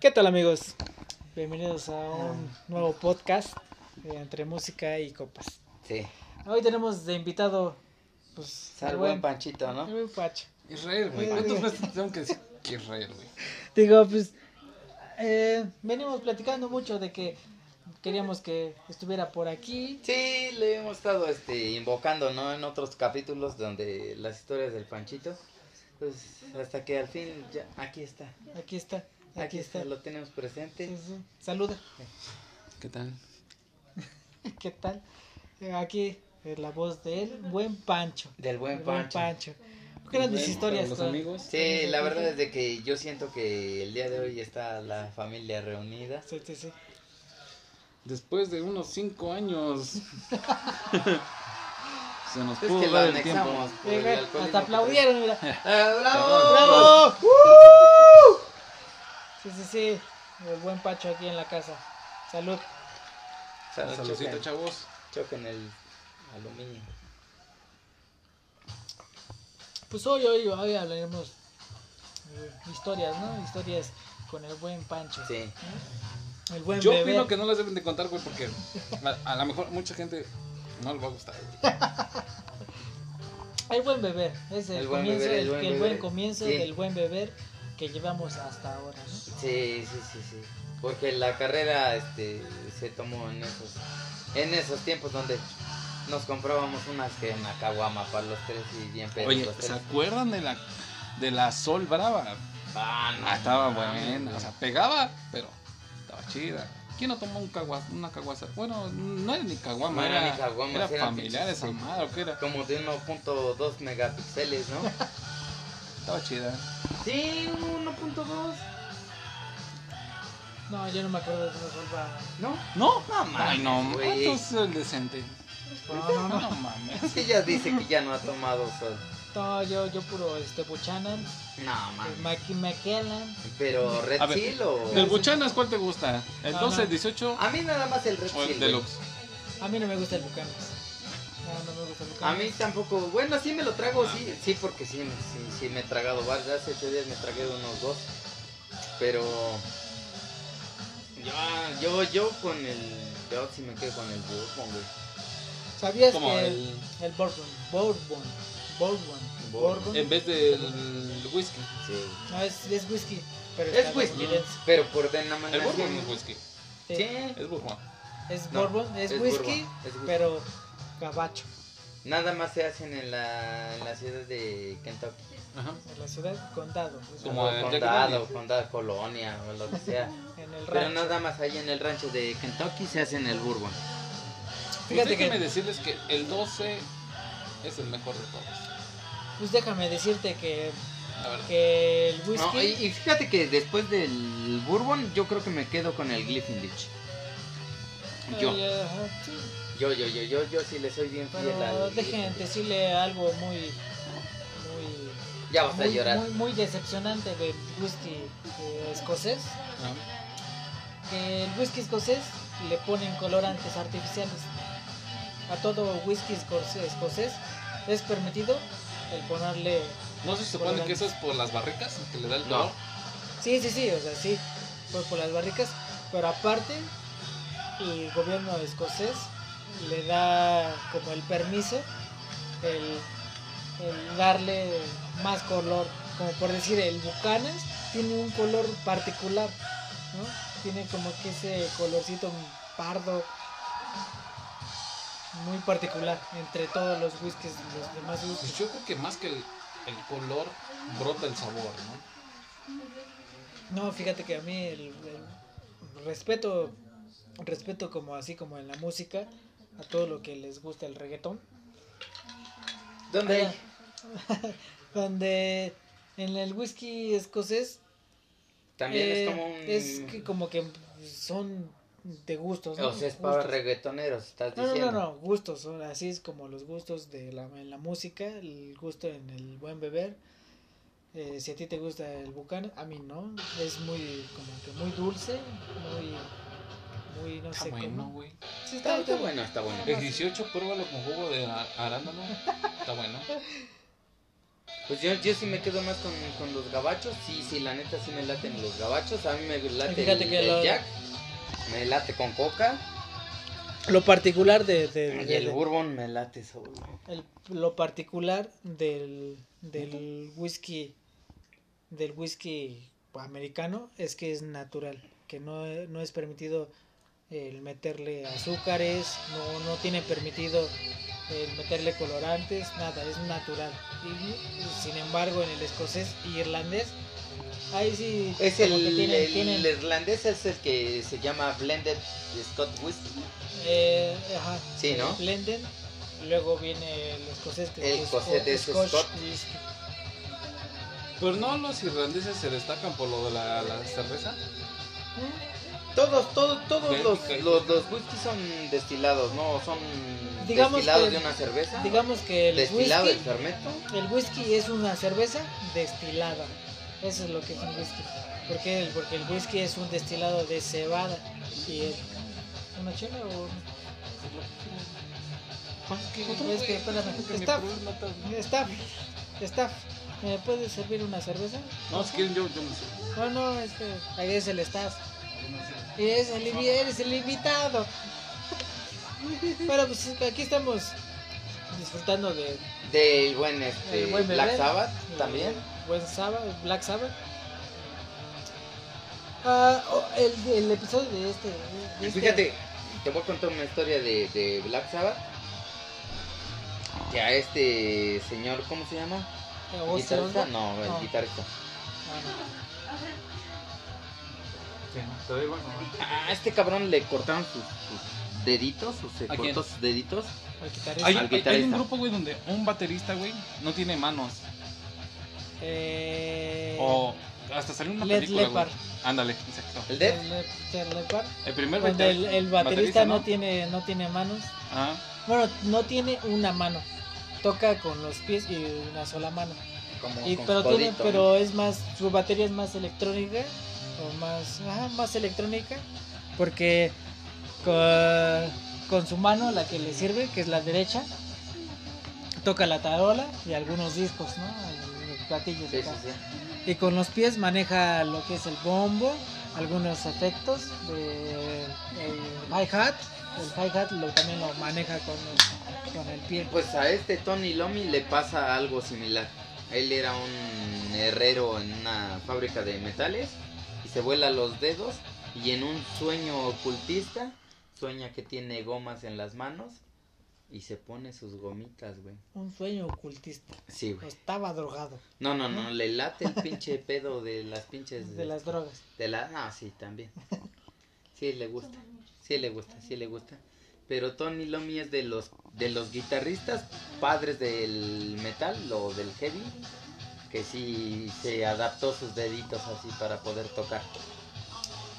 ¿Qué tal amigos? Bienvenidos a un nuevo podcast eh, entre música y copas. Sí, Hoy tenemos de invitado, pues, sal el buen- buen Panchito, el ¿no? buen Pacho. Israel, güey. ¿Cuántas veces te tengo que decir que Israel, güey? Digo, pues, eh, venimos platicando mucho de que queríamos que estuviera por aquí. Sí, le hemos estado este, invocando, ¿no? En otros capítulos donde las historias del Panchito. Pues hasta que al fin, ya, aquí está. Aquí está, Aquí, está. lo tenemos Sí, presente. sí. Saluda, ¿Qué tal? ¿qué tal? Eh, Aquí eh, la voz del buen Pancho. Del buen el buen Pancho. Pancho. Grandes Bueno, historias. para los con- amigos. Sí, la verdad es de que yo siento que el día de hoy está la familia reunida. Sí, sí, sí. Después de unos cinco años. Se nos Es pudo que lo dar el tiempo. anexamos. por el Mira, alcoholismo Eh, hasta que aplaudieron, mira. trae. ¡Ah, ¡Bravo! ¡Bravo! Sí, sí, sí. El buen Pacho aquí en la casa. Salud. Salud, Saludcita, choquen- chavos. choquen el aluminio. Pues hoy, hoy, hoy hablaremos eh, historias, ¿no? Historias con el buen Pancho. Sí. El buen Yo bebé. opino que no las deben de contar, güey, porque a, a lo mejor mucha gente no le va a gustar, güey. El buen beber. Es el, El buen comienzo, beber, el el, buen el buen beber. comienzo Sí. del buen beber que llevamos hasta ahora, ¿no? Sí, sí, sí, sí. Porque la carrera este, se tomó en esos, en esos tiempos donde nos comprábamos unas que una caguama para los tres y bien pedos Oye, los tres. ¿se acuerdan de la, de la Sol Brava? Ah, no, Ah, estaba no, buena, no. o sea, pegaba, pero estaba chida. ¿Quién no tomó un cagua- una caguasa? Bueno, no era ni caguama, No era era, ni caguama, era eran familiar pinches, esa madre, ¿o qué era? Como de 1.2 megapíxeles, ¿no? Estaba chida. sí, 1.2. No, yo no me acuerdo de cómo solva. ¿No? No ¿No? mames, Ay, no, güey. entonces el decente. No, no, no. No mames. Es que ella dice que ya no ha tomado sol. No, yo, yo puro este Buchanan, No, el man. Mac- McKellan. Pero Red Pues A ver, Seal o... Del Buchanas, ¿cuál te gusta? ¿El No, 12, no. 18 A mí nada más el Red o Seal, Ah, el güey. Deluxe? A mí no me gusta el Bucanas. No, no me gusta el A Bucanas. mí tampoco, bueno, sí me lo trago, sí, sí, porque sí, sí, sí me he tragado varios, hace ocho días me tragué unos dos, pero yo, yo, yo con el, yo sí me quedo con el bourbon, güey. ¿Sabías Como que el, el- el bourbon, bourbon, bourbon, Bourbon. bourbon, En vez del whisky. Sí. no es, es whisky, pero Es whisky, estadounidense. pero por denominación. El bourbon no es whisky, Sí, Sí, es bourbon. es No, bourbon, es, es whisky, bourbon, es whisky. pero gabacho nada más se hacen en la, en la ciudad de Kentucky. Ajá. en la ciudad condado, es Como O el Jack condado, Daniel's. condado, colonia o lo que sea. en el Pero rancho. nada más ahí en el rancho de Kentucky se hacen el bourbon. Pues Fíjate déjenme que, decirles que el 12 es el mejor de todos. pues déjame decirte que, La verdad. que el whisky, No, y, y fíjate que después del Bourbon, yo creo que me quedo con el Glyphindich. Ay, Yo, eh, ajá, sí, yo, yo, yo, yo, yo sí le soy bien fiel pero al. dejen Glyphindich. decirle algo muy, muy Ya vas a muy, llorar. muy- muy decepcionante del whisky eh, escocés, Ajá. que el whisky escocés le ponen colorantes artificiales. A todo whisky escorce- escocés es permitido el ponerle... ¿No se supone que eso es por las barricas que le da el No. color? Sí, sí, sí, o sea, sí, pues por las barricas, pero aparte el gobierno escocés le da como el permiso el, el darle más color, como por decir, el Bucanas tiene un color particular, ¿no? Tiene como que ese colorcito pardo muy particular entre todos los whiskies, los demás Pues whiskies. yo creo que más que el, el color brota el sabor, ¿no? No, fíjate que a mí el, el respeto, respeto como así como en la música, a todo lo que les gusta el reggaetón. Ah, ¿Dónde hay? Donde en el whisky escocés También eh, es como un. es que como que son de gustos. ¿no? O sea, es para Gustos. reggaetoneros, estás No, no, diciendo. no, no, gustos, ¿no? así es como los gustos de la, en la música, el gusto en el buen beber. Eh, si a ti te gusta el bucán, a mí no, es muy, como que muy dulce, muy, muy, no Está sé bueno, cómo. güey. Sí, Está, está bueno, está bueno. El 18 pruébalo con jugo de a- arándano. Está bueno. Pues yo, yo sí me quedo más con, con los gabachos. Sí, sí, la neta sí me laten los gabachos. A mí me late Fíjate el, que el lo- Jack. Me late con coca. Lo particular de, de- Y de- el de- bourbon me late solo. el- lo particular del, del whisky del whisky americano es que es natural, que no, no es permitido el meterle azúcares, no, no tiene permitido el meterle colorantes, nada, es natural. Y, sin embargo, en el escocés y irlandés, ahí sí Es el, como que tienen- el- tienen- el irlandés es el que se llama Blended Scott Whisky. Eh, ajá. Sí, ¿no? Blenden. Luego viene el escocés. que El es escocés Sco- es Scotch. whisky. Pero no los irlandeses se destacan por lo de la, la cerveza. Todos, todos, todos los, Bélgica y- los, los whiskies son destilados, ¿no? Son Digamos destilados que- de una cerveza. Digamos que el destilado del whisky, fermento. el whisky es una cerveza destilada. Eso es lo que es un whisky. ¿Por qué? Porque el whisky es un destilado de cebada. Y el- ¿Una chela o.? Es que, espérame, está, está, está. ¿Me puedes servir una cerveza? No, es que yo, yo me sé. No, no, es que ahí es el staff. Eres el, invi- eres el invitado. Bueno, pues aquí estamos disfrutando de Del buen, este, El buen bebé. Black Sabbath también. Buen Sabbath, Pues, Black Sabbath. Ah, oh, el, el episodio de este. de Y este- fíjate, te voy a contar una historia de, de Black Sabbath. Que a este señor, ¿cómo se llama? ¿A vos te ¿Guitarrista? onda? No, el No. guitarrista. Ah, A este cabrón le cortaron sus, sus deditos, o se ¿A cortó quién? sus deditos. no, el guitarrista. Al Hay, hay- hay un guitarrista. grupo, güey, donde un baterista, güey, no tiene manos. Eh, O hasta salió Oh, una Led película, güey. Leppard. Ándale, exacto. ¿El el Dead? Led- el Leppard, El primer cuando bater- el, el baterista no, ¿no? tiene, no tiene manos. Ajá. Bueno, no tiene una mano. Toca con los pies y una sola mano. Como Y, con pero su tiene, codito, pero es más, su batería es más electrónica o más, ajá, más electrónica, porque con, con su mano la que le sirve, que es la derecha, toca la tarola y algunos discos, ¿no? Los platillos. Sí, sí, acá. sí. Y con los pies maneja lo que es el bombo, algunos efectos de el hi-hat. El hi-hat lo, también lo maneja con el, con el pie. Pues a este Tony Lomi le pasa algo similar. Él era un herrero en una fábrica de metales y se vuela los dedos y en un sueño ocultista sueña que tiene gomas en las manos y se pone sus gomitas, güey. Un sueño ocultista. Sí, güey. Estaba drogado No, no, no, le late el pinche pedo de las pinches de las drogas. de la... No, sí, también. Sí le gusta, sí le gusta, sí le gusta. Pero Tony Lomi es de los de los guitarristas padres del metal o del heavy que sí se adaptó sus deditos así para poder tocar.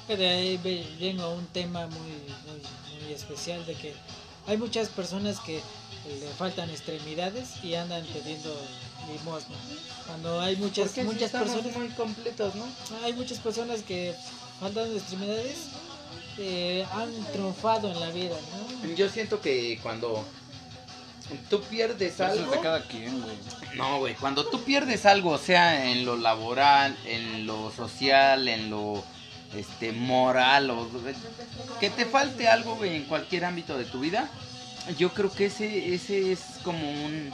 Que de ahí ve- vengo a un tema muy, muy, muy especial de que hay muchas personas que le faltan extremidades y andan pidiendo limosna. Cuando hay muchas Porque sí muchas estamos personas, muy completos, ¿no? hay muchas personas que faltan extremidades eh, han triunfado en la vida, ¿no? Yo siento que cuando tú pierdes Eso es algo, de cada quien, güey. No, güey, cuando tú pierdes algo, o sea, en lo laboral, en lo social, en lo este moral o que te falte algo güey, en cualquier ámbito de tu vida, yo creo que ese ese es como un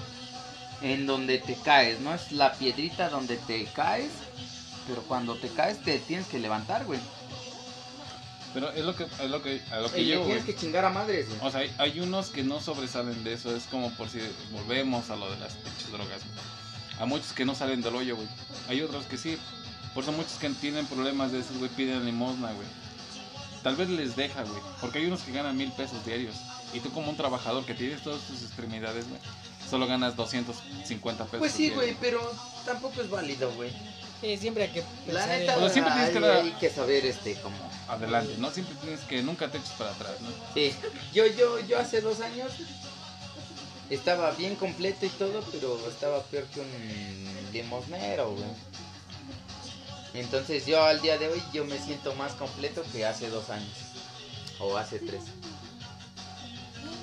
en donde te caes, ¿no? Es la piedrita donde te caes, pero cuando te caes te tienes que levantar, güey. Pero es lo que, es lo que, a lo que Y le llego, tienes güey. que chingar a madres, güey. O sea, hay, hay unos que no sobresalen de eso. Es como por si volvemos a lo de las pinches drogas. güey. Hay muchos que no salen del hoyo, güey. Hay otros que sí. Por eso muchos que tienen problemas de esos, güey, piden limosna, güey. Tal vez les deja, güey. Porque hay unos que ganan mil pesos diarios. Y tú como un trabajador que tienes todas tus extremidades, güey. Solo ganas 250 pesos. Pues sí, diarios. güey, pero tampoco es válido, güey. Sí, siempre hay que La pensar en- neta, Pero siempre hay, tienes que dar- hay que saber este como Adelante, ¿no? Siempre tienes que nunca te eches para atrás, ¿no? Sí, Eh, yo, yo, yo hace dos años estaba bien completo y todo, pero estaba peor que un limosnero, güey. Entonces yo al día de hoy yo me siento más completo que hace dos años. O hace tres.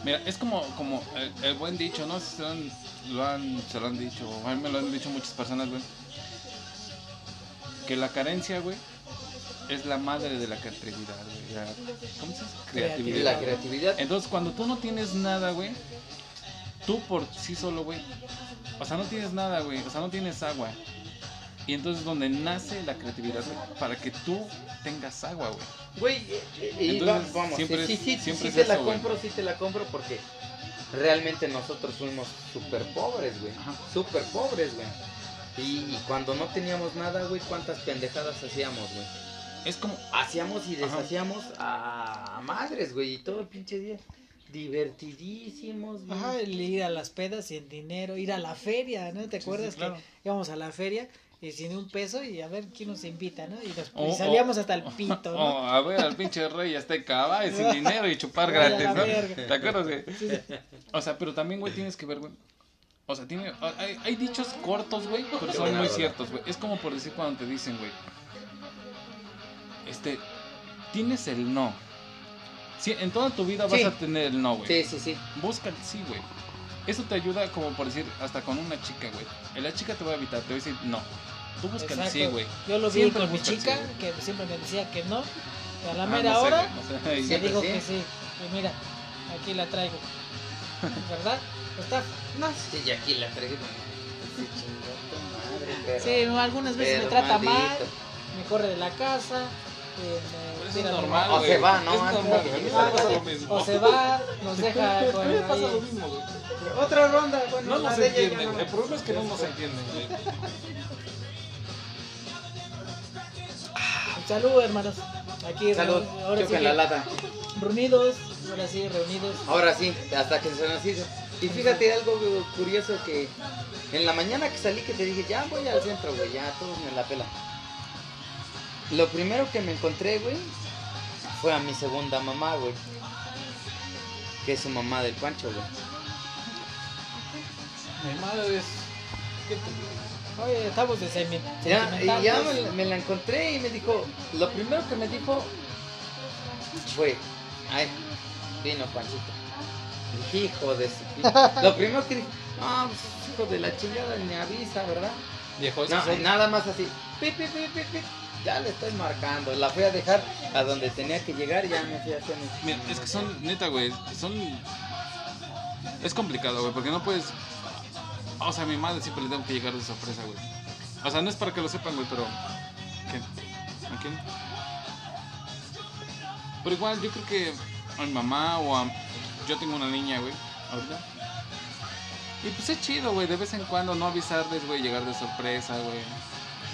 Mira, es como, como el, el buen eh, dicho, ¿no? Si se dan lo han, se lo han dicho, a mí me lo han dicho muchas personas, güey. Que la carencia, güey, es la madre de la creatividad, güey. la- ¿Cómo se dice? Y Creatividad. la creatividad. Entonces, cuando tú no tienes nada, güey, tú por sí solo, güey, o sea, no tienes nada, güey, o sea, no tienes agua. Y entonces donde nace la creatividad, güey, para que tú tengas agua, güey. Güey, eh, eh, y va- Entonces, vamos, sí, siempre sí, es- sí, siempre sí es te la eso, güey. compro, sí te la compro porque realmente nosotros fuimos súper pobres, güey. Ajá. Súper pobres, güey. Y, y cuando no teníamos nada, güey, cuántas pendejadas hacíamos, güey. Es como, Hacíamos y Ajá. deshacíamos a, a madres, güey, y todo el pinche día. Divertidísimos, güey. Ajá, el ir a las pedas sin dinero, ir a la feria, ¿no? ¿Te sí, acuerdas claro. que íbamos a la feria y sin un peso y a ver quién nos invita, ¿no? Y, nos- y O- o- salíamos hasta el pito, ¿no? oh, a ver, al pinche rey azteca, va, y sin dinero y chupar Vaya gratis, la ¿no? verga. ¿Te acuerdas, güey? Sí, sí. O sea, pero también, güey, tienes que ver, güey. O sea, tiene, hay, hay dichos cortos, güey, pero Qué son buena muy rola. ciertos, güey. Es como por decir cuando te dicen, güey, este, tienes el no. Sí, en toda tu vida Sí. vas a tener el no, güey. Sí, sí, sí. Busca el sí, güey. Eso te ayuda, como por decir, hasta con una chica, güey. La chica te va a evitar, te va a decir no. Tú busca el sí, Exacto. güey. Yo lo vi Siempre con mi busca el sí, chica, güey. que siempre me decía que no, y a la Ah, mera no sé, hora güey, no me sé. Sí. dijo pues que sí. Y mira, aquí la traigo. ¿Verdad? Está. No, Sí, y aquí la traje. Sí, chingada madre, pero- sí, no, algunas veces me pero trata mal, maldito. me corre de la casa. eh, me Pero eso tira es de- normal, O güey. se va, ¿no? Es Antes normal, de güey. A mí me irse. pasa lo mismo. O se va, nos deja con A mí me pasa ahí. lo mismo, güey. Otra ronda, bueno, No la nos de ella ya entienden. no. El problema es que no nos entienden, güey. Saludos, hermanos. Aquí Salud, reunidos, ahora sí choquen la que- lata. reunidos, ahora sí reunidos. Ahora sí, hasta que se nos hizo. Y fíjate algo güey, curioso que en la mañana que salí que te dije, ya voy al centro, güey, ya todos me la pelan. Lo primero que me encontré, güey, fue a mi segunda mamá, güey. Que es su mamá del Pancho, güey. Mi madre es. ¿Qué te Oye, estamos de semi. Ya, y ya me, sentimentales. me la encontré y me dijo, lo primero que me dijo fue, ay, vino Panchito. Dije, Hijo de su pin-". Lo primero que dije, ah, pues, hijo de la chingada, ni avisa, ¿verdad? Viejo, es No, eh. que son- nada más así, pi, pi, pi, pi, pi, ya le estoy marcando, la fui a dejar a donde tenía que llegar y ya me fui a hacer mi- Mira, es que son, neta, güey, son. Es complicado, güey, porque no puedes. O sea, a mi madre siempre le tengo que llegar de sorpresa, güey. O sea, no es para que lo sepan, güey, pero. ¿Qué? ¿A quién? Pero igual, yo creo que a mi mamá o a. Yo tengo una niña, güey, ahorita. Y pues es chido, güey, de vez en cuando no avisarles, güey, llegar de sorpresa, güey.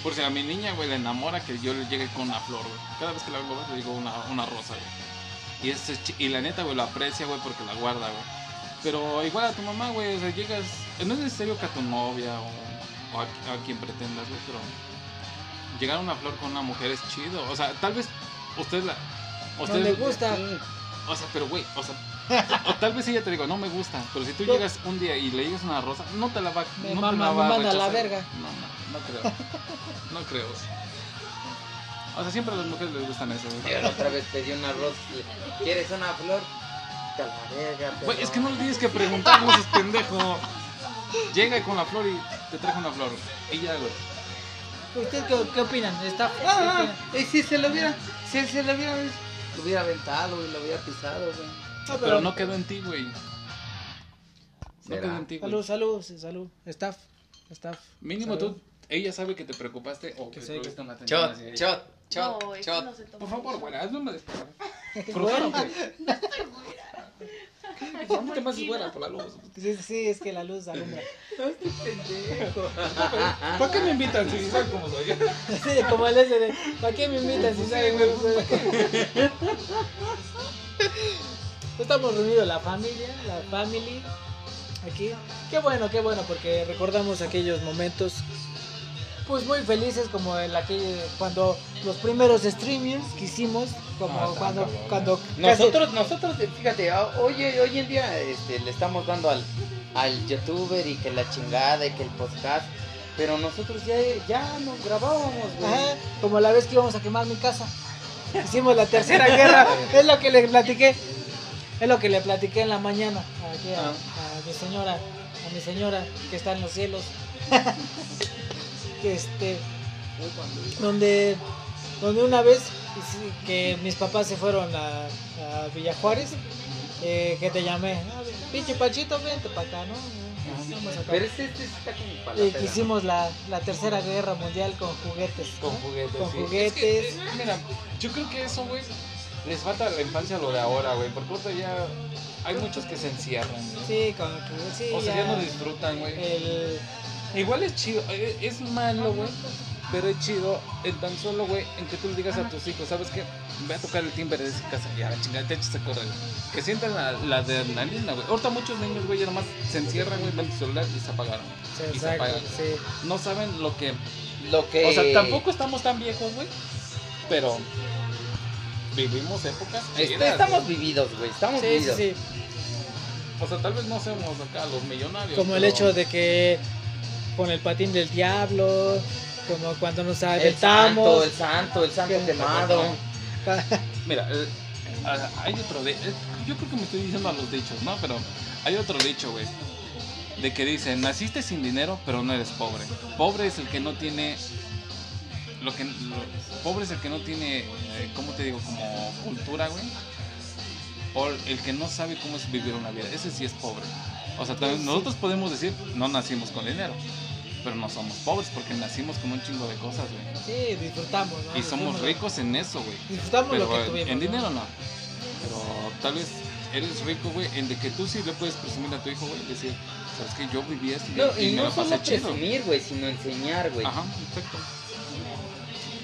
Por si a mi niña, güey, le enamora que yo le llegue con una flor, güey. Cada vez que la veo, güey, le digo una, una rosa, güey. Y, ese chi- y la neta, güey, lo aprecia, güey, porque la guarda, güey. Pero igual a tu mamá, güey, o sea, llegas. No es necesario que a tu novia o, o a, a quien pretendas, güey, pero. Llegar a una flor con una mujer es chido. O sea, tal vez usted la. No Usted, le gusta. o sea, pero güey, o sea, o tal vez ella te diga, no me gusta, pero si tú Yo- llegas un día y le llegas una rosa, no te la va, Me no te mama, la me va manda a la rechazar. verga. No, no, no creo. No creo. O sea, siempre a las mujeres les gustan eso, güey. Pero otra vez pedí un arroz, le- ¿quieres una flor? Te la verga, Güey, es que no pelón. le tienes que preguntar, no seas pendejo. Llega con la flor y te trajo una flor. Y ya, güey. ¿Ustedes qué, qué opinan? ¿Está qué Ah, opinan? y si se lo hubiera, si se lo hubiera, lo hubiera aventado y lo hubiera pisado, güey. No, Pero no quedó en ti, güey. No Será. quedó en ti, güey. Salud, salud, sí, salud. Staff, staff. Mínimo Salud. tú, ella sabe que te preocupaste o Que que te sé. tuviste una atención Chot, hacia ella. chot, chot, No, eso no chot. se toma. Por favor, güey, hazme una despedida. Bueno, ¿Dónde te Pues más buena por la luz? sí, sí, es que la luz alumbra. ¿Para qué me invitan si saben cómo soy? Sí, como el ese de, ¿para qué me invitan si saben cómo soy? Estamos reunidos la familia, la family, aquí. Qué bueno, qué bueno, porque recordamos aquellos momentos, pues muy felices, como el aquel, cuando los primeros streamers que hicimos, como Ah, está cuando, cabrón. cuando casi- Nosotros, nosotros, fíjate, a- hoy, hoy en día este, le estamos dando al, al youtuber y que la chingada y que el podcast, pero nosotros ya, ya nos grabábamos, güey. Ajá, como la vez que íbamos a quemar mi casa. Hicimos la tercera guerra. Es lo que le platiqué. Es lo que le platiqué en la mañana aquí a, Ah. a mi señora. a mi señora que está en los cielos. que este donde donde una vez hice- que mis papás se fueron a, a Villa Juárez, eh, que te llamé, "Ah, pinche Pachito, vente para acá, ¿no? Vamos acá". Pero este, este está como para la Y peda, que ¿no? hicimos la, la tercera guerra mundial con juguetes. Con ¿no? juguetes, Con sí. Es que, juguetes. eh, mira, yo creo que eso, güey, les falta a la infancia lo de ahora, güey, porque ahorita ya hay muchos que se encierran, güey. Sí, con juguetes. Sí, O sea, ya Eh. ya. no disfrutan, güey. El- Igual es chido, eh, es malo, güey, pero es chido el tan solo, güey, en que tú le digas a tus hijos, ¿sabes qué? Voy a tocar el timbre de esa casa, ya, la chingada, te echas a correr. Que sientan la, la adrenalina, güey. Ahorita muchos niños, güey, ya nomás se encierran, güey, ven su celular y se apagaron. sí, Y se exacto, apagan. sí. No saben lo que Lo que... O Eh, sea, tampoco estamos tan viejos, güey. Pero vivimos épocas. Este, chidas, estamos güey. vividos, güey, estamos Sí, sí, vividos. sí. O sea, tal vez no seamos acá los millonarios. Como el pero- hecho de que con el patín del diablo, como cuando nos El santo, aventamos. el santo, el santo Que- quemado. Mira, eh, ah, hay otro de. eh, yo creo que me estoy diciendo a los dichos, ¿no? Pero hay otro dicho, güey. De que dice: Naciste sin dinero, pero no eres pobre. Pobre es el que no tiene. Lo que, lo- pobre es el que no tiene. eh, ¿Cómo te digo? Como cultura, güey. O el que no sabe cómo es vivir una vida. Ese sí es pobre. O sea, también nosotros podemos decir: No nacimos con dinero. Pero no somos pobres porque nacimos con un chingo de cosas, güey. Sí, disfrutamos, ¿no? Y somos Disfrutamos- ricos en eso, güey. Disfrutamos Pero lo que en- tuvimos. en ¿no? dinero no. Pero tal vez eres rico, güey, en de que tú sí le puedes presumir a tu hijo, güey, decir, sabes que yo viví esto No, y, y me no lo pasé solo chido. presumir, güey, sino enseñar, güey. Ajá, exacto.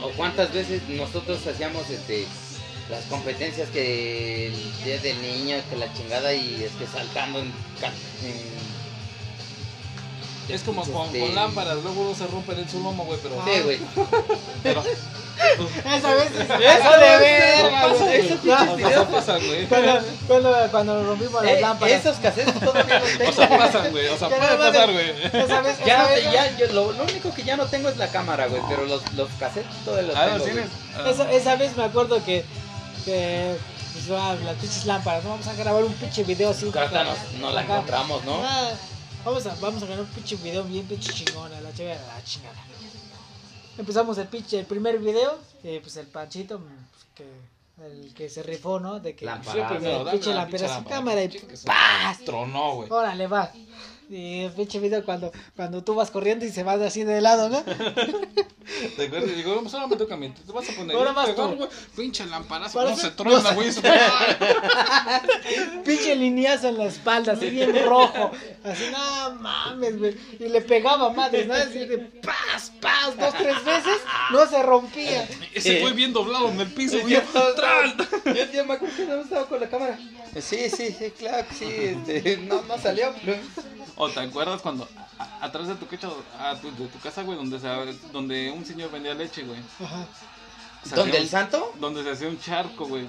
O cuántas veces nosotros hacíamos este las competencias que el día del niño, que la chingada y es que saltando en, ca- en- Es como con, Este- con lámparas, luego uno se rompen en su lomo, güey, pero, Sí, güey. pero Esa vez, eso de verga, pasa, güey. esos No, pinches o sea, pasan, güey. Cuando, cuando, cuando rompimos las Eh, lámparas. esos casetes todavía los tengo. O sea, pasan, güey, o sea, Ya puede nada más pasar, de- güey. Esa vez, pues, Ya, no esa te- vez- ya, yo, lo, lo único que ya no tengo es la cámara, güey, pero los, los casetes todavía los Ah, tengo. ¿los tienes? güey. Ah. Esa, esa vez me acuerdo que, que pues, ah, las pinches lámparas, ¿no? Vamos a grabar un pinche video así. Porque hasta nos- no la Acá. encontramos, ¿no? Ah, vamos, a, vamos a grabar un pinche video bien pinche chingón, a la chingada, a la chingada. Empezamos el pinche, el primer video, eh, pues el panchito, mm, pues, que, el que se rifó, ¿no? De que, pues, Lámpara. Sí, primero, dame Pinche lámpara, pinche su cámara y- Chingue su- ¡Paz! Tronó, güey. órale, va. Y el pinche video cuando, cuando tú vas corriendo y se va así de lado, ¿no? ¿Te acuerdas? Digo, "Vamos, ahora me toca a mí. Te vas a poner. Ahora vas Te tú. agarro, güey. Pinche lamparazo. Parece- No se truena, güey. eso- Ay, Pinche lineazo en la espalda, así bien rojo. Así, no mames, güey. Y le pegaba madres, ¿no? Así de paz, paz, dos, tres veces, no se rompía. Ese güey bien doblado en el piso, güey. Yo estaba- ¡Tran! Yo ya me acuerdo que no estaba con la cámara. Sí, sí, sí, claro que sí. este, no, no salió, pero. ¿O te acuerdas cuando a- atrás de tu, quecho, a tu- de tu casa, güey, donde, se, abre- donde un señor vendía leche, güey? Ajá. Se ¿Dónde hacía el un- santo? Donde se hacía un charco, güey.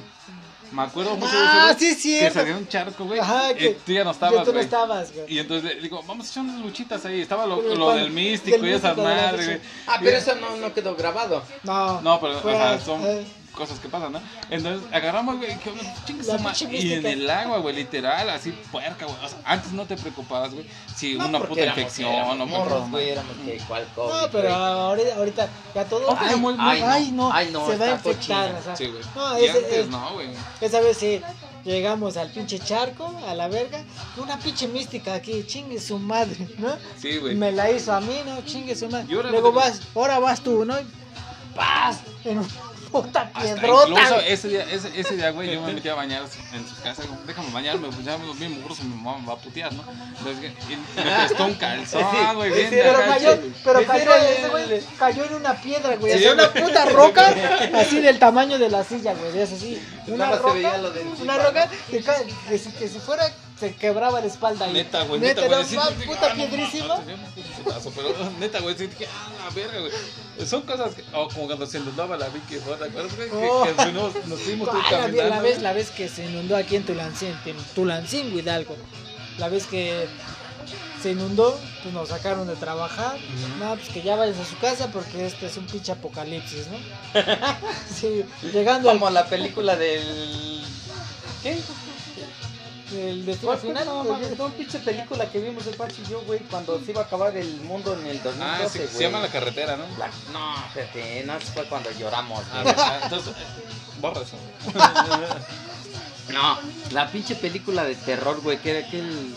Me acuerdo mucho de Ah, ese, güey, sí, es que se cierto. hacía un charco, güey. Ajá, y tú ya no estabas, tú no güey. estabas, güey. Y entonces le digo, vamos a echar unas luchitas ahí. Estaba lo, Pero lo cuando- del místico del y esas místico de la madres, leche. güey. Ah, pero eso no, no quedó grabado. No, No, pero, fue, o sea, son eh, cosas que pasan, ¿no? Entonces, agarramos, güey, que chingue La su ma- pinche Y en mística. el agua, güey, literal, así puerca, güey. O sea, antes no te preocupabas, güey, si No, una porque puta éramos- infección éramos o morros, güey, éramos que cual COVID, no, pero güey. ahorita, ahorita ya todo. Ojo, muy- muy- ay, ay, no, ay, no, se va a está infectar. cochina. o sea, Sí, güey. no, Y ese- antes eh, no, güey. Esa vez sí, llegamos al pinche charco, a la verga, y una pinche mística aquí, chingue su madre, ¿no? Sí, güey. Me la hizo a mí, ¿no? Chingue su madre. Y ahora Luego no te- vas, ahora vas tú, ¿no? Y ¡Paz! En una puta Hasta piedrota. incluso güey. ese día, ese, ese día, güey, yo me metí a bañar en su casa. como, Déjame bañarme, pues ya me dormí, mugroso, mi mamá me va a putear, ¿no? Entonces, y- y me prestó un calzón, güey, bien. Sí, Pero acá, cayó, chido. pero Ese cayó, era ese güey el- cayó en una piedra, güey. Sí, así una güey. puta roca, así del tamaño de la silla, güey. Es así. Nada Una más se veía roca, lo de encima, una roca que, ca- que si, que si fuera, se quebraba la espalda. ahí. Neta, güey, Neta, neta, güey. no, sí, más sí, puta ah, no, piedrísima. no, tenía un putazo, Pero neta, güey, sí dije, ah, la verga, güey. Son cosas que, o como cuando se inundaba la Vicky, ¿no? ¿Te acuerdas, güey? Que- Oh. Que, nos, nos fuimos tú Ah, la, caminando. vi- la vez, güey. la vez que se inundó aquí en Tulancín, en Tulancín, Hidalgo. La vez que se inundó, pues nos sacaron de trabajar. Ujú. No, pues que ya vayas a su casa porque este es un pinche apocalipsis, ¿no? sí, llegando al, Como la película del. ¿Qué? el destino ¿Cuál fue? final. No, pues, mames, fue una pinche película que vimos el Pachi y yo, güey, cuando se iba a acabar el mundo en el 2012, Ah, sí, se güey. llama La Carretera, ¿no? La- No, espérate, no, eso fue cuando lloramos, Ah, güey. ¿verdad? Entonces, borra eso. No, la pinche película de terror, güey, que era aquel.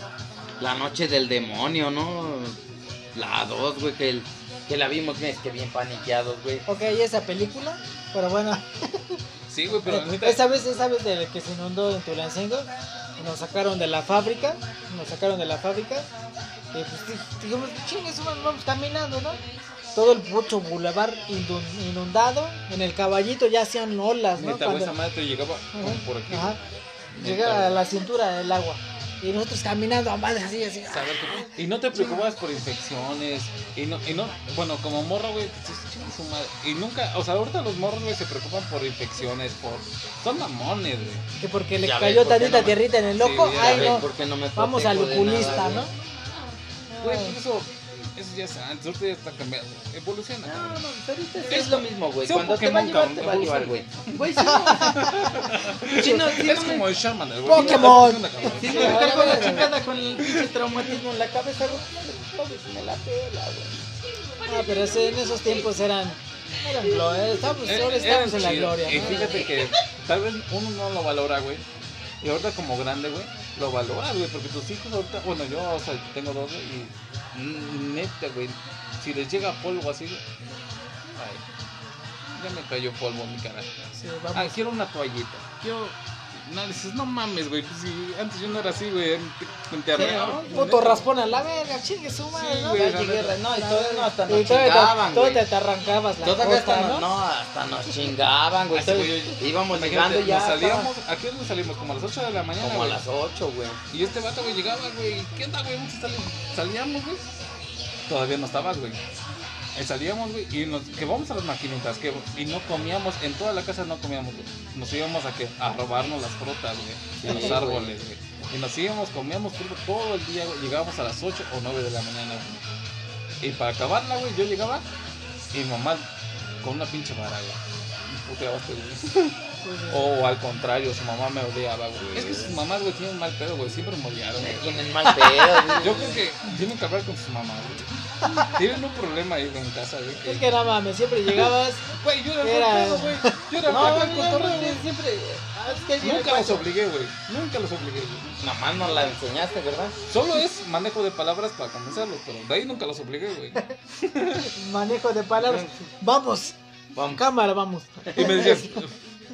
La noche del demonio, ¿no? La 2, güey, que, el- que la vimos, mira, es que bien paniqueados, güey. Ok, esa película, pero bueno, Sí, güey, pero neta, esa vez, esa vez de que se inundó en Tulancingo, nos sacaron de la fábrica, nos sacaron de la fábrica, y pues di- dijimos, chingues, vamos vamos caminando, ¿no? Todo el puto boulevard indu- inundado, en el caballito ya hacían olas, ¿no? neta, güey, Cuando- esa madre te llegaba Ajá, como por aquí. ajá. Neta, Llega a güey. la cintura del agua, y nosotros caminando a madre así, así. O sea, a ver, tú- Y no te preocupabas por infecciones. Y no, y no bueno, como morro, güey, dices, "Chinga su madre". Y nunca, o sea, ahorita los morros, güey, se preocupan por infecciones, por. Son mamones, güey. Que porque le Ya ves, cayó ¿por qué tantita no me- tierrita en el Sí, loco, ya ay Ay, no, ¿por qué no me vamos al protejo de nada, oculista, güey? ¿no? Güey, pues eso, eso ya es antes, ahorita ya está cambiado. Evoluciona. No, Ah, no, pero ahorita es lo mismo, güey. Sea un Cuando te va a Pokémon, llevar, te va a cabrón, llevar, güey. Güey, güey. si no. si no, si es no me- como el Shaman, güey. Pokémon. Una cabrón. Si no me cargo la chingada con el pinche traumatismo en la cabeza, güey. no, pues, Me la pela, güey. Ah, pero ese- en esos tiempos eran. Eran gloria. Estamos, Eh, ahora era estamos en la chido. gloria. Y ¿no? fíjate que tal vez uno no lo valora, güey. Y ahorita como grande, güey, lo valoras, güey, porque tus hijos ahorita, bueno, yo, o sea, tengo dos, güey, y mm, neta, güey, si les llega polvo así, güey, ay, ya me cayó polvo en mi cara. Sí, Ah, vamos. quiero una toallita, quiero... No, dices, no mames, güey, pues, si antes yo no era así, güey, te, te arreaba, güey, Puto neta. raspón a la verga, chingue su madre, Sí, ¿no? güey, Ya la llegué neta. re- No, y todavía no, hasta Y nos todavía chingaban, te, todo güey. te, te arrancabas la Todavía hasta costa, nos, ¿no? no, hasta nos chingaban, güey. Así, güey, Entonces, yo- íbamos Imagínate, llegando y ya. nos estábamos salíamos, ¿a qué hora nos salimos? Como a las 8 de la mañana, Como a güey. las 8, güey. Y este vato, güey, llegaba, güey, ¿qué onda, güey? ¿Dónde sali- Salíamos, güey. Todavía no estabas, güey. Eh, salíamos, güey, y nos, que vamos a las maquinitas, que, y no comíamos, en toda la casa no comíamos, güey. Nos íbamos a, que, a robarnos las frutas, güey, Sí, de los güey. árboles, güey. Y nos íbamos, comíamos fruta todo el día, güey. Llegábamos a las 8 o 9 de la mañana, güey. Y para acabarla, güey, yo llegaba y mi mamá con una pinche vara, güey. Puteaba este, güey. O al contrario, su mamá me odiaba, güey. Es que sus mamás, güey, tienen mal pedo, güey. Siempre me odiaron, Me güey. tienen mal pedo, güey. Yo creo que tienen que hablar con sus mamás, güey. Tienen un problema ahí, güey, en casa, güey. Es que- que no mames, siempre llegabas. Güey, yo era el Era- mal pedo, güey. Yo era No, el mal no, pedo, el no, cotorreo, no, güey. siempre. ah, es que ahí Nunca me los pasó. obligué, güey. Nunca los obligué, güey. Nomás nos la enseñaste, ¿verdad? Solo es manejo de palabras para convencerlos, pero de ahí nunca los obligué, güey. Manejo de palabras. Vamos, Vamos. cámara, vamos. Y me decías,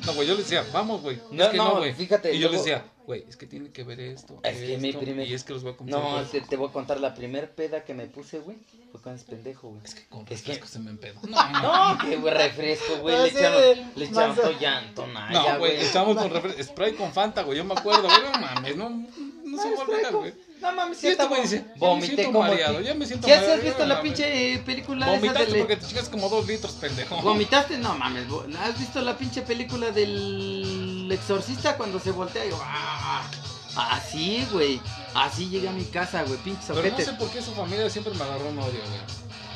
no, güey, yo le decía, vamos, güey. No, es que no, no, güey. fíjate, Y yo le luego- decía, güey, es que tiene que ver esto. Es que mi esto, primer- Y es que los voy a convencer. No, güey. te, te voy a contar la primer peda que me puse, güey. Fue con ese pendejo, güey. Es que con Es que- refresco se me empedo. No, mames. No, que güey, refresco, güey. Le Así echaron, de- le echaron manzana. llanto, naya, No, güey. güey, echamos con refresco. Spray con Fanta, güey, yo me acuerdo, güey, no mames, no, no se volverá, güey. No mames, Sí, ya este estaba. güey dice, ya me Vomité siento como. mareado, ti- ya me siento ¿Ya mareado. has visto no la mames. pinche eh, película esa de Vomitaste le- porque te chicas como dos litros, pendejo. ¿Vomitaste? No mames, vo- ¿has visto la pinche película del exorcista cuando se voltea y ¡ah! Así, güey. Así llegué a mi casa, güey, pinches Pero no ojetes. sé por qué su familia siempre me agarró un odio, güey.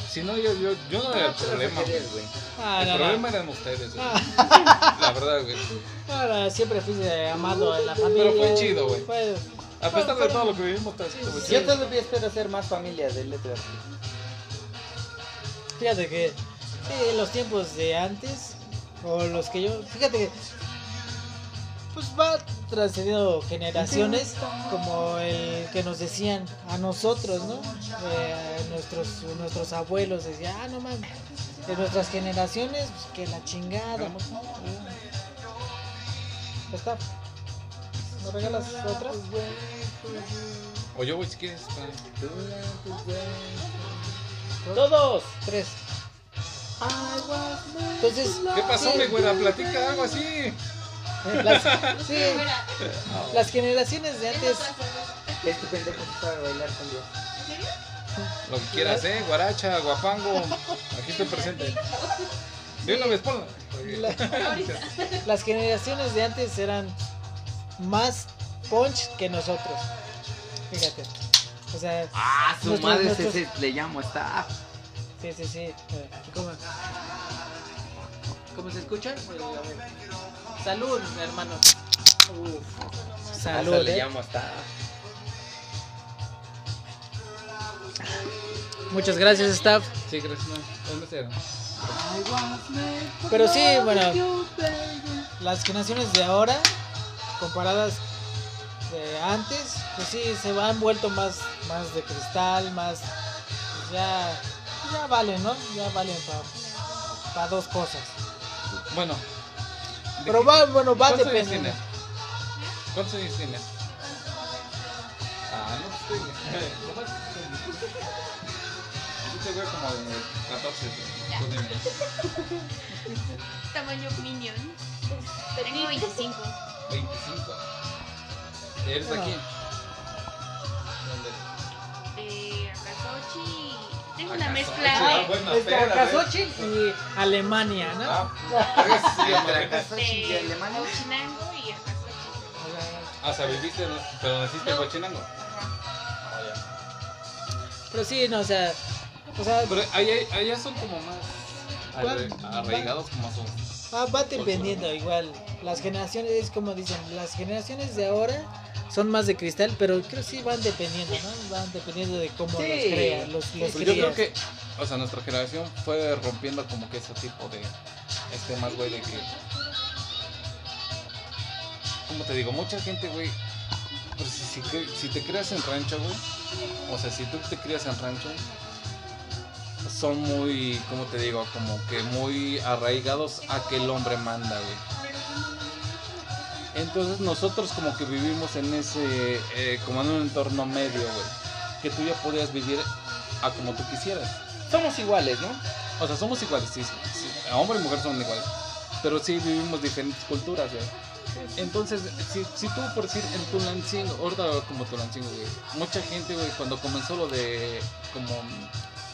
Si no, yo, yo, yo no era el problema, güey. Ah, El no, no. problema eran ustedes, güey. Ah. La verdad, güey. Ahora siempre fui eh, amado en la familia. Pero fue chido, güey. Fue- A pesar de todo lo que vivimos, pues, está chido, güey. Yo todavía espero hacer más familias de letras. Fíjate que eh, los tiempos de antes, o los que yo, fíjate que pues va trascendiendo generaciones como el que nos decían a nosotros, ¿no? Eh, nuestros, nuestros abuelos decían, ah, no mames, de nuestras generaciones, pues, que la chingada. Está. ¿Me regalas otra? O yo, güey, si quieres. espérame. ¡Todos! Tres. Entonces, ¿Qué pasó, sí, mi güera? Platica algo así. Las, sí, las generaciones de antes. Este pendejo se sabe bailar con Dios. Lo que quieras, eh, guaracha, guapango, aquí estoy presente. De una vez ponla. la- las generaciones de antes eran más punch que nosotros. Fíjate. O sea, Ah, su Nuestros- madre nuestros- ese le llamo, está. sí, sí, sí. ¿Cómo? ¿Cómo se escucha? Salud, hermano. Salud, Salud, le eh. llamo hasta. Muchas gracias, staff. Sí, gracias. No, es mesero. Pero sí, bueno, las generaciones de ahora, comparadas de antes, pues sí, se han vuelto más, más de cristal, más. pues Ya, ya valen, ¿no? Ya valen para dos cosas. Bueno. ¿de Pero qué- va, bueno, va ¿Cuántos años dependiendo. tienes? ¿Cuántos años tienes? Ah, no, pues estoy. Yo te veo como de 14. tú dime. Tamaño minion. Tengo 25. 25. ¿Eres de Bueno. aquí? ¿Dónde? Eh, Akasochi. Tengo una Akasochi. mezcla Ah, bueno, Este, espérate. Akasochi y Alemania, ¿no? Ah, pues, sí, entre acá. de, de Ochinango y Akasochi. O sea, Ah, o sea, viviste, ¿no? pero naciste en No. Huachinango. Ajá. Ah, ya. Pero sí, no, o sea. O sea, Pero ahí- allá son como más arre- ¿Cuál? arraigados como son. Ah, va dependiendo igual. Las generaciones, es como dicen, las generaciones de ahora son más de cristal, pero creo que sí van dependiendo, ¿no? Van dependiendo de cómo Sí. los crean, los, los Pues yo crían. creo que, o sea, nuestra generación fue rompiendo como que ese tipo de, este más güey de que, ¿cómo te digo? Mucha gente, güey, pues si, si cre- si te creas en rancho, güey, o sea, si tú te crías en rancho, son muy, ¿cómo te digo? Como que muy arraigados a que el hombre manda, güey. Entonces nosotros como que vivimos en ese, eh, como en un entorno medio, güey, que tú ya podías vivir a como tú quisieras. Somos iguales, ¿no? O sea, somos iguales, sí, sí, sí. Hombre y mujer son iguales. Pero sí vivimos diferentes culturas, güey. Entonces, si, si tú por decir en Tulancingo, ahorita como Tulancingo, güey. Mucha gente, güey, cuando comenzó lo de como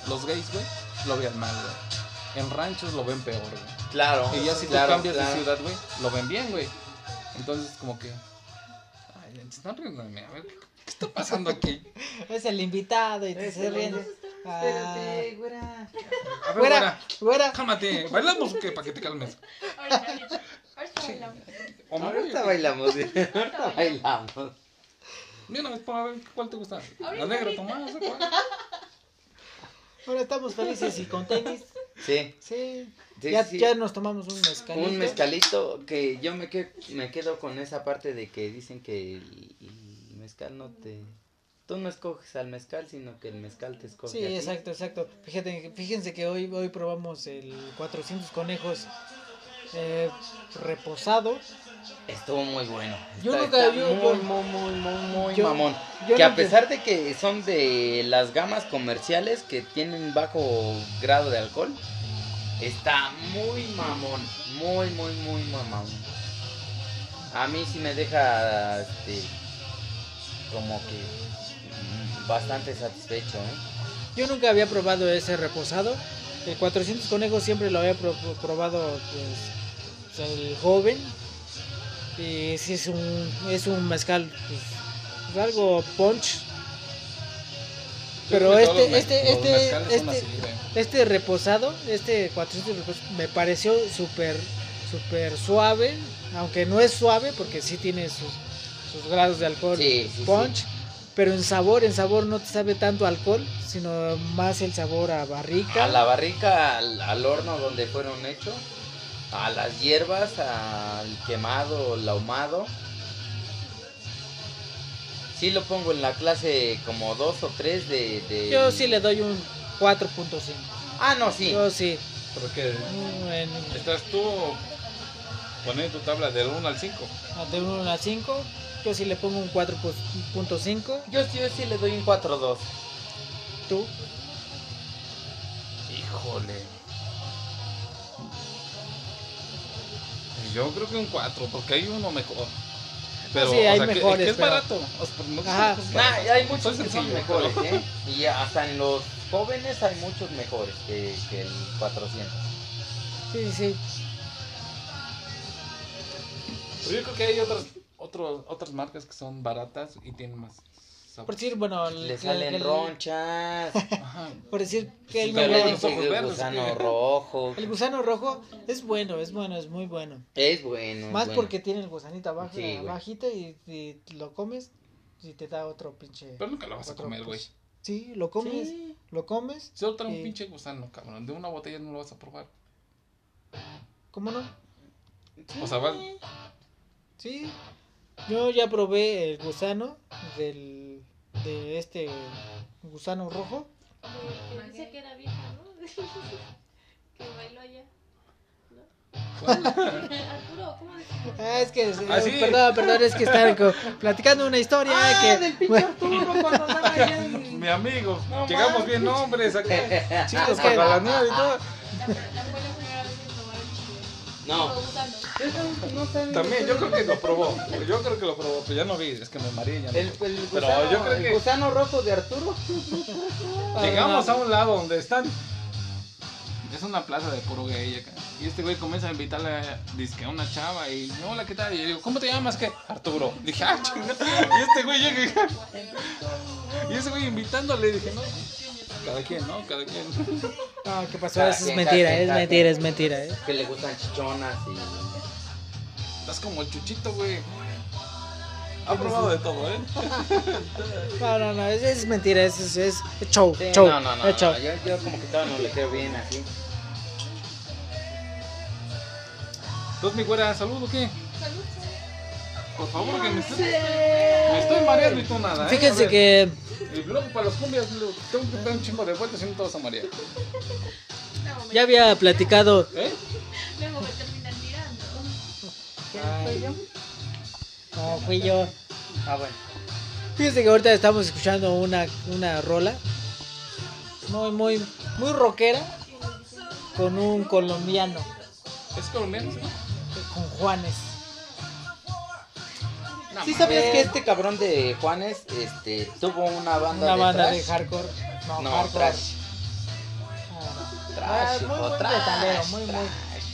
los gays, güey, lo vean mal, güey. En ranchos lo ven peor, güey. Claro. Y ya si claro, tú cambias claro. de ciudad, güey, lo ven bien, güey. Entonces, como que... Ay, se están riendo de mí, a ver, ¿qué está pasando aquí? Es el invitado y te Es se el ríen. invitado. Ah, Espérate, güera. A ver, Güera, güera, güera. cálmate, ¿bailamos o qué? Para que te calmes. Ahorita, ahorita bailamos. O me voy, Ahorita ¿o qué? bailamos, ahorita bailamos. Mira, una vez para ver cuál te gusta. Ahorita, La negra, ahorita. Tomás, ¿eh? o cuál? Ahora estamos felices y con tenis. Sí. Sí. sí, ya, sí. ya nos tomamos un mezcalito. Un mezcalito que yo me, que, me quedo con esa parte de que dicen que el, el mezcal no te... Tú no escoges al mezcal, sino que el mezcal te escoge Sí, a ti. exacto, exacto. Fíjate, fíjense que hoy, hoy probamos el 400 conejos eh, reposado. Estuvo muy bueno. Yo Está- nunca- está yo- muy, yo- muy, muy, muy, muy yo- mamón. yo que a nunca- pesar de que son de las gamas comerciales que tienen bajo grado de alcohol, está muy mamón. Muy, muy, muy mamón. A mí sí me deja este, como que mm, bastante satisfecho. ¿eh? Yo nunca había probado ese reposado. El 400 conejos siempre lo había pro- probado pues, pues, el joven. Y sí es un, es un mezcal pues, pues, algo punch. Pero Yo creo que este, todos este, los me- este, los mezcales son este, así, güey. este reposado, este 400 reposado, me pareció súper, súper suave. Aunque no es suave porque sí tiene sus, sus grados de alcohol Sí, sí, punch. Pero en sabor, en sabor no te sabe tanto alcohol, sino más el sabor a barrica. A la barrica, al, al horno donde fueron hechos, a las hierbas, al quemado, el ahumado. Sí lo pongo en la clase como dos o tres de... de- Yo sí le doy un 4.5. Ah, no, sí. Yo sí. Porque un- en- estás tú poniendo tu tabla del 1 al 5. de 1 a 5, yo sí le pongo un 4.5. Yo, sí- yo sí le doy un 4-2. Tú, Híjole. Yo creo que un 4, porque hay uno mejor. Pero, Sí, o hay sea, que- mejores, que, es pero- barato. O sea, pues, no Ajá. sé, es Nah, barato. Ah, hay muchos Soy que son sencillo, mejores, pero- ¿eh? Y hasta en los jóvenes hay muchos mejores que, que el 400. sí, sí. Pero yo creo que hay otras, otro- otras marcas que son baratas y tienen más. Por decir, bueno, el- Le el- salen el- ronchas. Ajá. Por decir que el, Pero sale meme- los ojos el verdes, gusano ¿qué? rojo. el gusano rojo es bueno, es bueno, es muy bueno. Es bueno. es Más bueno. porque tiene el gusanito abajo, Sí, güey. abajito y, y lo comes y te da otro pinche. Pero nunca lo vas a otro, comer, güey. pues, Sí, lo comes, Sí. lo comes, Solo trae un Sí. pinche gusano, cabrón. De una botella no lo vas a probar. ¿cómo no? O sea, van. Sí. Yo ya probé el gusano del de este gusano rojo. Que dice que era vieja, ¿no? que bailó allá. Arturo, ¿cómo dice? Ah, es que Ah, sí. perdón, perdón, es que estaba co- platicando una historia que bueno, Mi amigo, No llegamos mames. bien nombres acá. Chicos, Es que- para la nueva y todo. La, la fue la primera vez que tomaron chile. No. Gusano. También, yo creo que lo probó. Yo creo que lo probó, pero ya no vi. Es que me mareé ya. no El, vi. el Pero gusano, yo creo el que- gusano rojo de Arturo. Llegamos a un lado donde están. Ah, Es una plaza de puro gay acá. Y este güey comienza a invitarle a, dizque a una chava y hola, ¿qué tal? Y yo digo, ¿cómo te llamas? ¿Qué? Arturo. Dije, ah, chingada. Y este güey llega y- y ese güey invitándole. Dije, no, cada quien, ¿no? Cada quien. no, ¿qué pasó? Ah, Eso sí, es mentira, sí, es sí. mentira, es mentira, ¿eh? Que le gustan chichonas y. Estás como el chuchito, güey. Ha probado de todo, ¿eh? No, no, no, es, es mentira, es, es, es show, Sí, show, no, no, no, es show. no, Yo, yo como que todavía no le creo bien así. Entonces, mi güera, ¿salud o qué? Por favor, que me estoy, me estoy mareando y tú nada, ¿eh? A Fíjense ver, que El blog para los cumbias lo tengo que dar un chingo de vueltas y no te vas a marear. ya había platicado ¿Eh? Luego me terminan tirando. No, fui yo. Ah, bueno. Fíjense que ahorita estamos escuchando una, una rola muy, muy, muy rockera con un colombiano, ¿Es eh? colombiano? sí? con Juanes. ¿Sí sabías que este cabrón de Juanes este, tuvo una Una banda de banda trash? de hardcore. No, No, hardcore. trash. Ah, Trash, muy, hijo, muy trash, metalero, muy, muy, trash.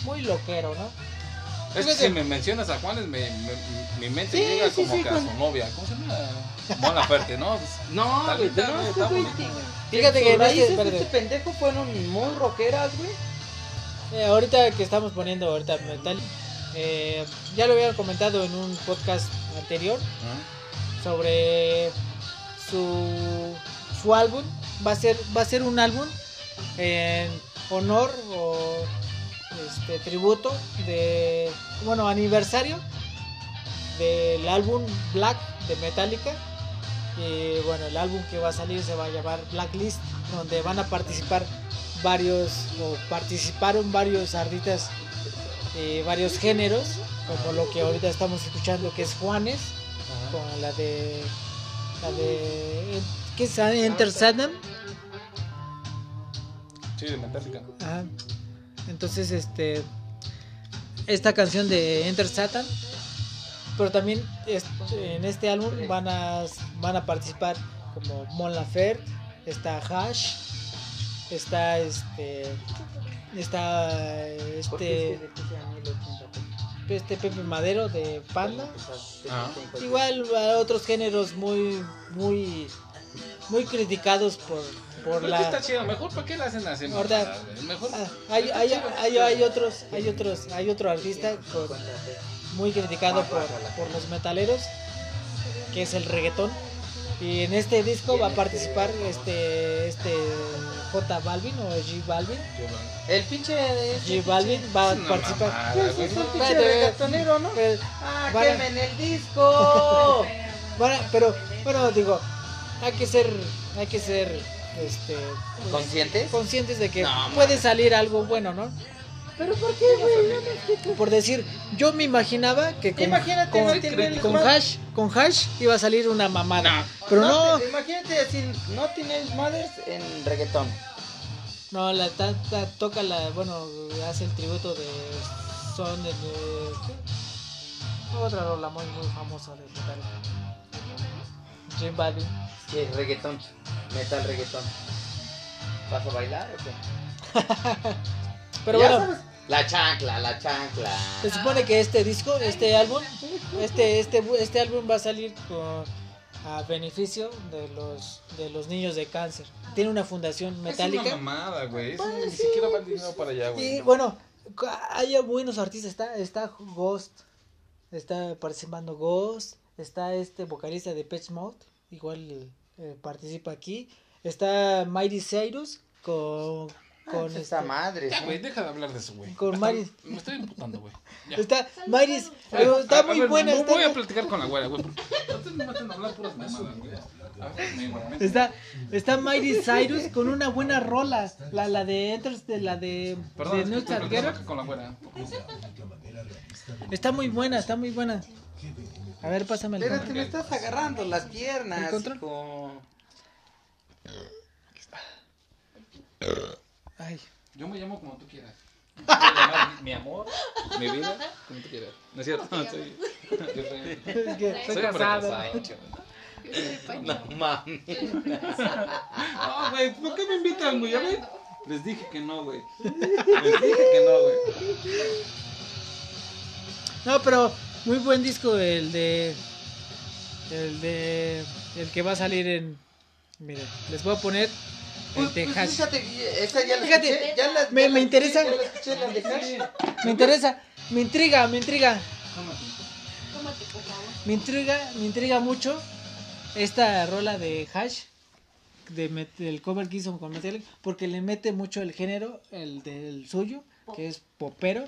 muy loquero, ¿no? Es que si me mencionas a Juanes, me, me- mi mente Sí, llega sí, como sí, que a con- su novia. ¿Cómo se llama? Mona Fuerte, ¿no? Pues, No, güey, Talita, no, güey, este está güey, bonito, güey. Fíjate que sus no raíces se de pierde. este pendejo fueron muy rockeras, güey. Eh, ahorita que estamos poniendo ahorita metal, eh, ya lo había comentado en un podcast anterior Ah, sobre su, su álbum. Va a ser, va a ser un álbum en honor o este tributo de bueno aniversario del álbum Black de Metallica. Y bueno, el álbum que va a salir se va a llamar Blacklist, donde van a participar varios, o participaron varios artistas, eh, varios géneros, como lo que ahorita estamos escuchando, que es Juanes, con la de. La de. ¿Qué es? Ah, Enter Sandman. Sí, de Metallica. Ajá. Entonces, este. Esta canción de Enter Satan. Pero también es- en este álbum van a, van a participar como Mon Laferte, está Hash, está este. Está este, este Pepe Madero de Panda. Pues Igual a otros géneros muy, muy, muy criticados por, por Pero es que está la. chido. Mejor, ¿para qué la hacen así? Ahorita- mamadas, güey? Mejor. Ah, Hay, hay, hay, hay otros, hay otros, hay otro artista con- muy criticado por, por los metaleros, que es el reggaetón. Y en este disco va a participar este, este J Balvin o G Balvin. El pinche de ese G Balvin va a Es una participar. mamada, Ah, güey. Espérate, reggaetonero, ¿no? eh, ¡Ah, Vale. quemen el disco! bueno, pero, bueno, digo, hay que ser, hay que ser, este, ¿Conscientes? conscientes de que No, mames. puede salir algo bueno, ¿no? ¿Pero por qué, güey? No me explico. Por decir, yo me imaginaba que con, Imagínate, con, no tienen con más- hash, con hash iba a salir una mamada. Pero no, te- Imagínate si no tienes madres En reggaetón. no, la tata toca la, bueno, hace el tributo de son de, ¿qué? otra rola muy muy famosa de metal. Jim Balvin. Sí, reggaetón. Metal reggaetón. ¿Vas a bailar o qué? Pero Ya bueno, sabes, La chancla, la chancla. se supone que este disco, este álbum, este este bu- este álbum va a salir con a beneficio de los, de los niños de cáncer. Tiene una fundación metálica. Es una mamada, güey. Eso Pues Ni sí, siquiera va el pues dinero para allá, güey. Y bueno, cu- hay buenos artistas. Está, está Ghost. Está participando Ghost. Está este vocalista de Pet Mode. Igual eh, participa aquí. Está Mighty Cyrus con. con Con este- esta Ah, madre. Ya, sí. güey, deja de hablar de eso, güey. Con Hasta- Mari- Me estoy imputando, güey. Ya. Está Mighty. A ver, a- Está a muy ver, buena. no está- voy a platicar con la güera, güey. Ustedes me matan a hablar puras mamadas, güey. A ver, me- me- Está, está Mighty Cyrus con una buena rola. La, la de Enters, de la de, Perdón, de es que New estoy Start platicando Girl. con la güera. Está muy buena, está muy buena. A ver, pásame el Espérate, control. me estás agarrando las piernas. ¿El control? hijo. Ay, Yo me llamo como tú quieras. Me puedo llamar Mi amor, mi vida, como tú quieras. No es cierto, no, soy. Yo soy, es que soy soy casada. fracasado. No mames. No, güey, ¿por qué me invitan, güey? A ver. Les dije que no, güey. Les dije que no, güey. No, pero muy buen disco el de. El de. El que va a salir en. Miren, les voy a poner el de Pues, Hash. fíjate, que esa ya la Fíjate, escuché, ya la- me- ya me la interesa. escuché, ya la escuché, la de Hash. Me interesa, me intriga, me intriga. Tómate, por favor. Me intriga, me intriga mucho esta rola de Hash. De Met- del cover que hizo con Metallica. Porque le mete mucho el género, el del suyo, que es popero.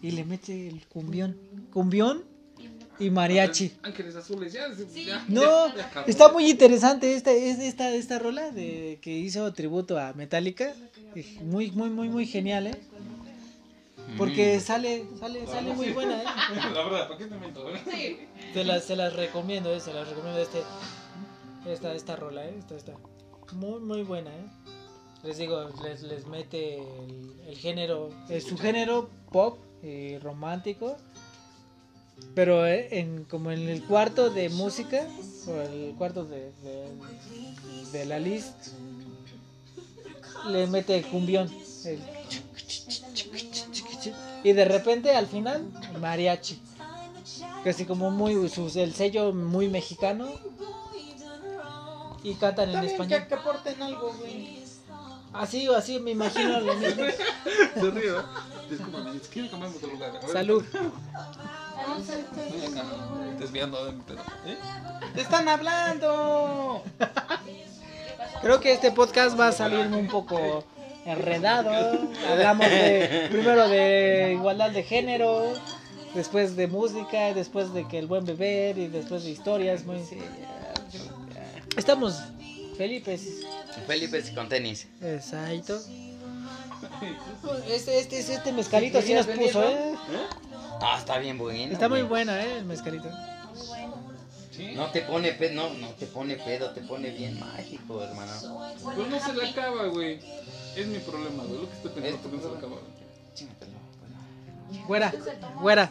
Y le mete el cumbión. Cumbión y mariachi. Ángeles azules, ya. Sí. ya No, ya, cabrón. está muy interesante esta, es- esta, esta rola de, que hizo tributo a Metallica. Y Muy, muy, muy, muy genial, ¿eh? Porque sale, sale, sale muy buena, ¿eh? La verdad, ¿para qué te eh? miento, güey? Sí. Se las, se las recomiendo, ¿eh? Se las recomiendo este, esta, esta rola, ¿eh? Esta, esta. Muy, muy buena, ¿eh? Les digo, les, les mete el, el género, eh, su género pop y romántico. Pero eh, en, como en el cuarto de música, o el cuarto de, de, de la list, le mete el cumbión. el y de repente al final, mariachi. Casi como muy sus- el sello muy mexicano. Y cantan en También ya español. que aporten algo, güey. Así, así me imagino lo mismo. Se río. Discúlpame, es que cambiamos de lugar. A ver. Salud. Estoy acá, desviando de mi pedo. ¿Eh? ¡Te están hablando! Creo que este podcast va a salir un poco enredado. Hablamos de, primero de igualdad de género, después de música, después de que el buen beber y después de historias. Muy... Estamos felices. Felipe es con tenis. Exacto. Este, este, este mezcalito sí nos puso, ¿eh? Ah, está bien bueno. Está muy güey. buena, ¿eh? El mezcalito. Sí. No te pone pedo, no, no te pone pedo, te pone bien mágico, hermano. Pues no se le acaba, güey. Es mi problema, güey. Lo que estoy pensando, porque no se le acaba. Chíngatelo, bueno. Güera, güera.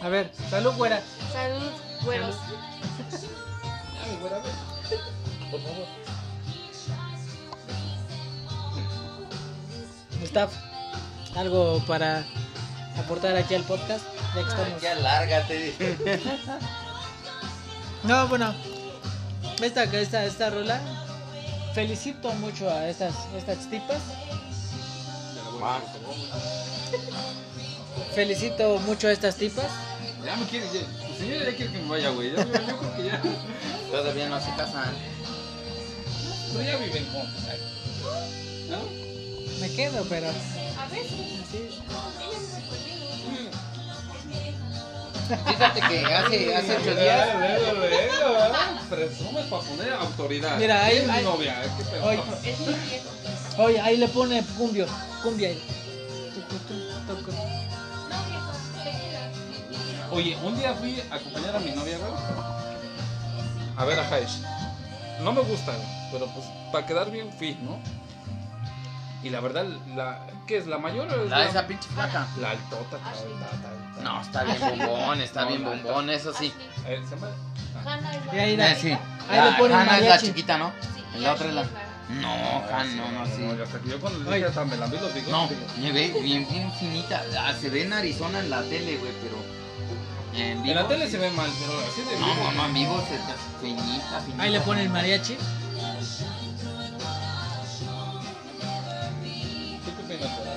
A ver, salud, güera. Salud, güeros. Ya, mi güera, a ver. Por favor. Gustav, algo para aportar aquí al podcast. Ah, Ya que Ay, estamos. Ya lárgate. No, bueno. Esta, esta, esta rola. Felicito mucho a estas, estas tipas. Ya la voy Va. a por favor. Felicito mucho a estas tipas. Ya me quiere, ya. El señor ya quiere que me vaya, güey. Ya, yo, yo creo que ya. Todavía no se casan. Pero ya viven juntos, ay. ¿No? Me quedo, pero. A ver, ella sí. vive conmigo. Mm. Es mi hija. Fíjate que hace, hace ocho días. Luego, luego, ah, Presume para poner autoridad. Mira, ahí- Es mi ahí- novia, es que pedo. Hoy, Es mi viejo. hoy ahí le pone cumbio. Cumbia ahí. No, viejo, te quiero. Oye, un día fui a acompañar a mi novia, güey. A ver a Haish. No me gusta, güey, pero pues para quedar bien fui, ¿no? Y la verdad, la, ¿qué es? ¿La mayor o es La Ah, esa pinche flaca. La altota, cabrón, ta, ta, ta. No, está bien bombón, está No, bien no, bombón, eso sí. Ashley, A ver, ¿Eh, se llama. Hannah es la- Y ahí Eh, da- sí. Ahí le La- ponen Hanna es la mariachi. chiquita, ¿no? Sí, y La otra es Ashley la. es la- No, Han, no, no, no, sí. yo hasta que yo cuando le dije hasta me la vi los digo. No, me ve bien, bien finita. Ah, se ve en Arizona en la tele, güey, pero. en En vivo. la tele se ve mal, pero así de No, vivo. mamá, en vivo se te finita, finita. Ahí le ponen mariachi. ¿Tú qué opinas, Dora?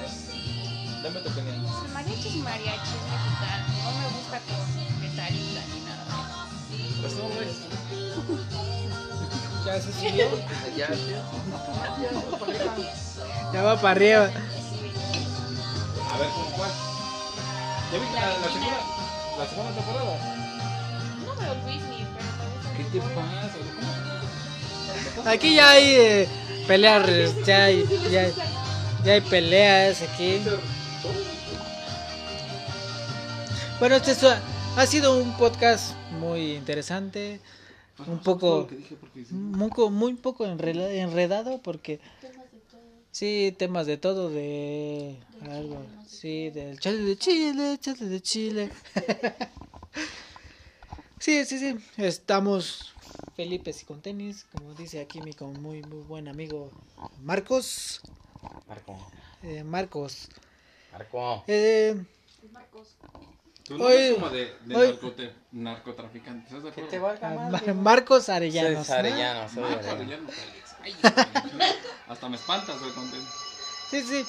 Dame tu opinión. El mariachi es mariachi, es mexicano. No me gusta con metalita ni nada. Pues no, güey. Ya se subió. Ya, ya. Ya va para arriba. A ver, ¿con cuál? ¿Ya viste la, la segunda, la segunda temporada? No veo Disney, pero me gusta. ¿Qué te pasa? Aquí ya hay eh, peleas, eh, ya hay, ya, hay- ya hay peleas aquí. Bueno, este es- ha sido un podcast muy interesante, un poco, muy, co- muy poco enrela- enredado porque sí temas de todo de algo, sí del chale de Chile, chale de Chile. Sí, sí, sí, estamos Felipe y con tenis, como dice aquí mi con muy muy buen amigo Marcos, Marco, eh, Marcos. Marco. Eh, Tu nombre Oye, es como de, de oye. narcote- narcotraficante, ¿estás de Que acuerdo? Ah, te valga Mar- madre. Marcos Arellanos. Soy Arellano, soy Marco Arellano. Arellano Félix. Ay, hijo de- Hasta me espantas, güey, con ¿no? Sí, sí.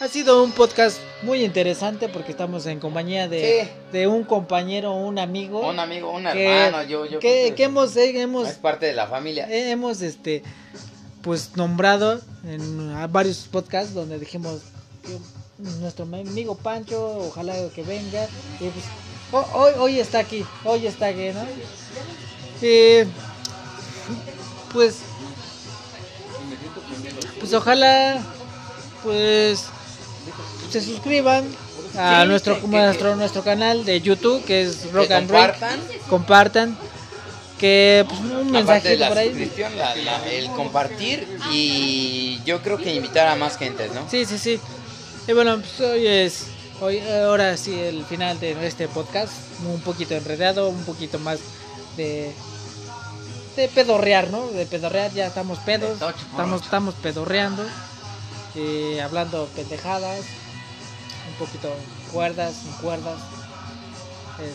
Ha sido un podcast muy interesante porque estamos en compañía de, de un compañero, un amigo Un amigo, un que- hermano, yo, yo. creo que, que hemos, eh, hemos, Es parte de la familia. eh, hemos, este, pues nombrado en a varios podcasts donde dijimos que nuestro amigo Pancho, ojalá que venga. Y pues, ho- hoy, hoy está aquí, hoy está aquí, ¿no? Eh, pues pues ojalá pues se suscriban a Sí, nuestro, que- que- nuestro nuestro canal de YouTube que es Rock que and Break compartan. compartan que pues, un Aparte de mensajito la por ahí suscripción, la- la- el compartir y yo creo que invitar a más gente, ¿no? sí sí sí y bueno pues hoy es hoy eh, ahora sí el final de este podcast un poquito enredado un poquito más de de pedorrear no de pedorrear ya estamos pedos tocho, estamos estamos pedorreando eh, hablando pendejadas un poquito cuerdas sin cuerdas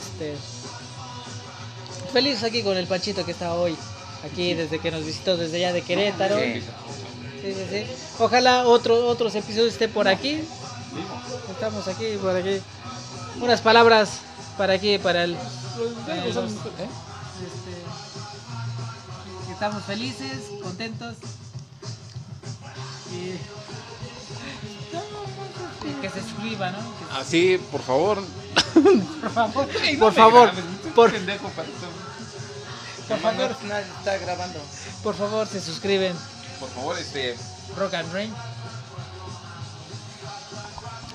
este feliz aquí con el panchito que está hoy aquí desde que nos visitó desde allá de Querétaro Sí. Sí, sí, sí. Ojalá otro, otros episodios esté por aquí. Estamos aquí, por aquí. Unas palabras para aquí, para el. para el- este, estamos felices, contentos. Y. y Que se suscriba, ¿no? Que- Así, por favor. Por favor, por favor, por, Pendejo, para eso. por favor, nadie está grabando. por favor, se suscriben. Por favor, este. Rock and Ring.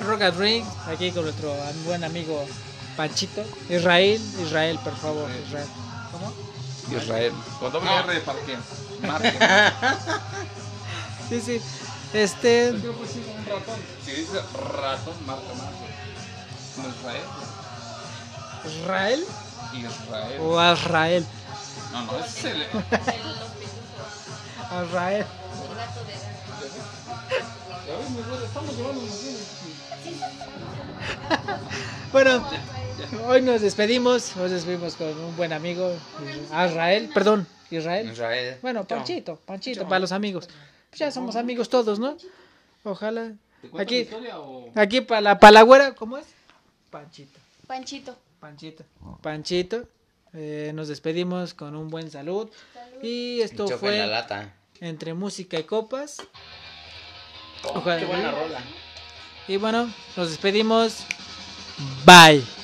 Rock and Ring, aquí con nuestro am- buen amigo Panchito. Israel, Israel, por favor, Israel. ¿Cómo? Israel. Con doble R para qué. Marco. Sí, sí. Este, Yo pues sí, un ratón. Si dice ratón, marca Marco. No Israel. Israel Israel. o Azrael. No, no, ese es el. Azrael. Ya ves, mi güey, estamos llevándonos bien. Bueno, hoy nos despedimos. Nos despedimos con un buen amigo, Azrael. Perdón, Israel. Israel. Bueno, Panchito, Panchito, para los amigos. Pues ya somos amigos todos, ¿no? Ojalá. ¿Te cuento Aquí. la historia o.? Aquí para la palagüera, ¿cómo es? Panchito. Panchito. Panchito. Panchito. eh, nos despedimos con un buen salud. Y esto Choca en la fue lata. entre música y copas. Qué buena Ojalá. rola. Y bueno, nos despedimos. Bye.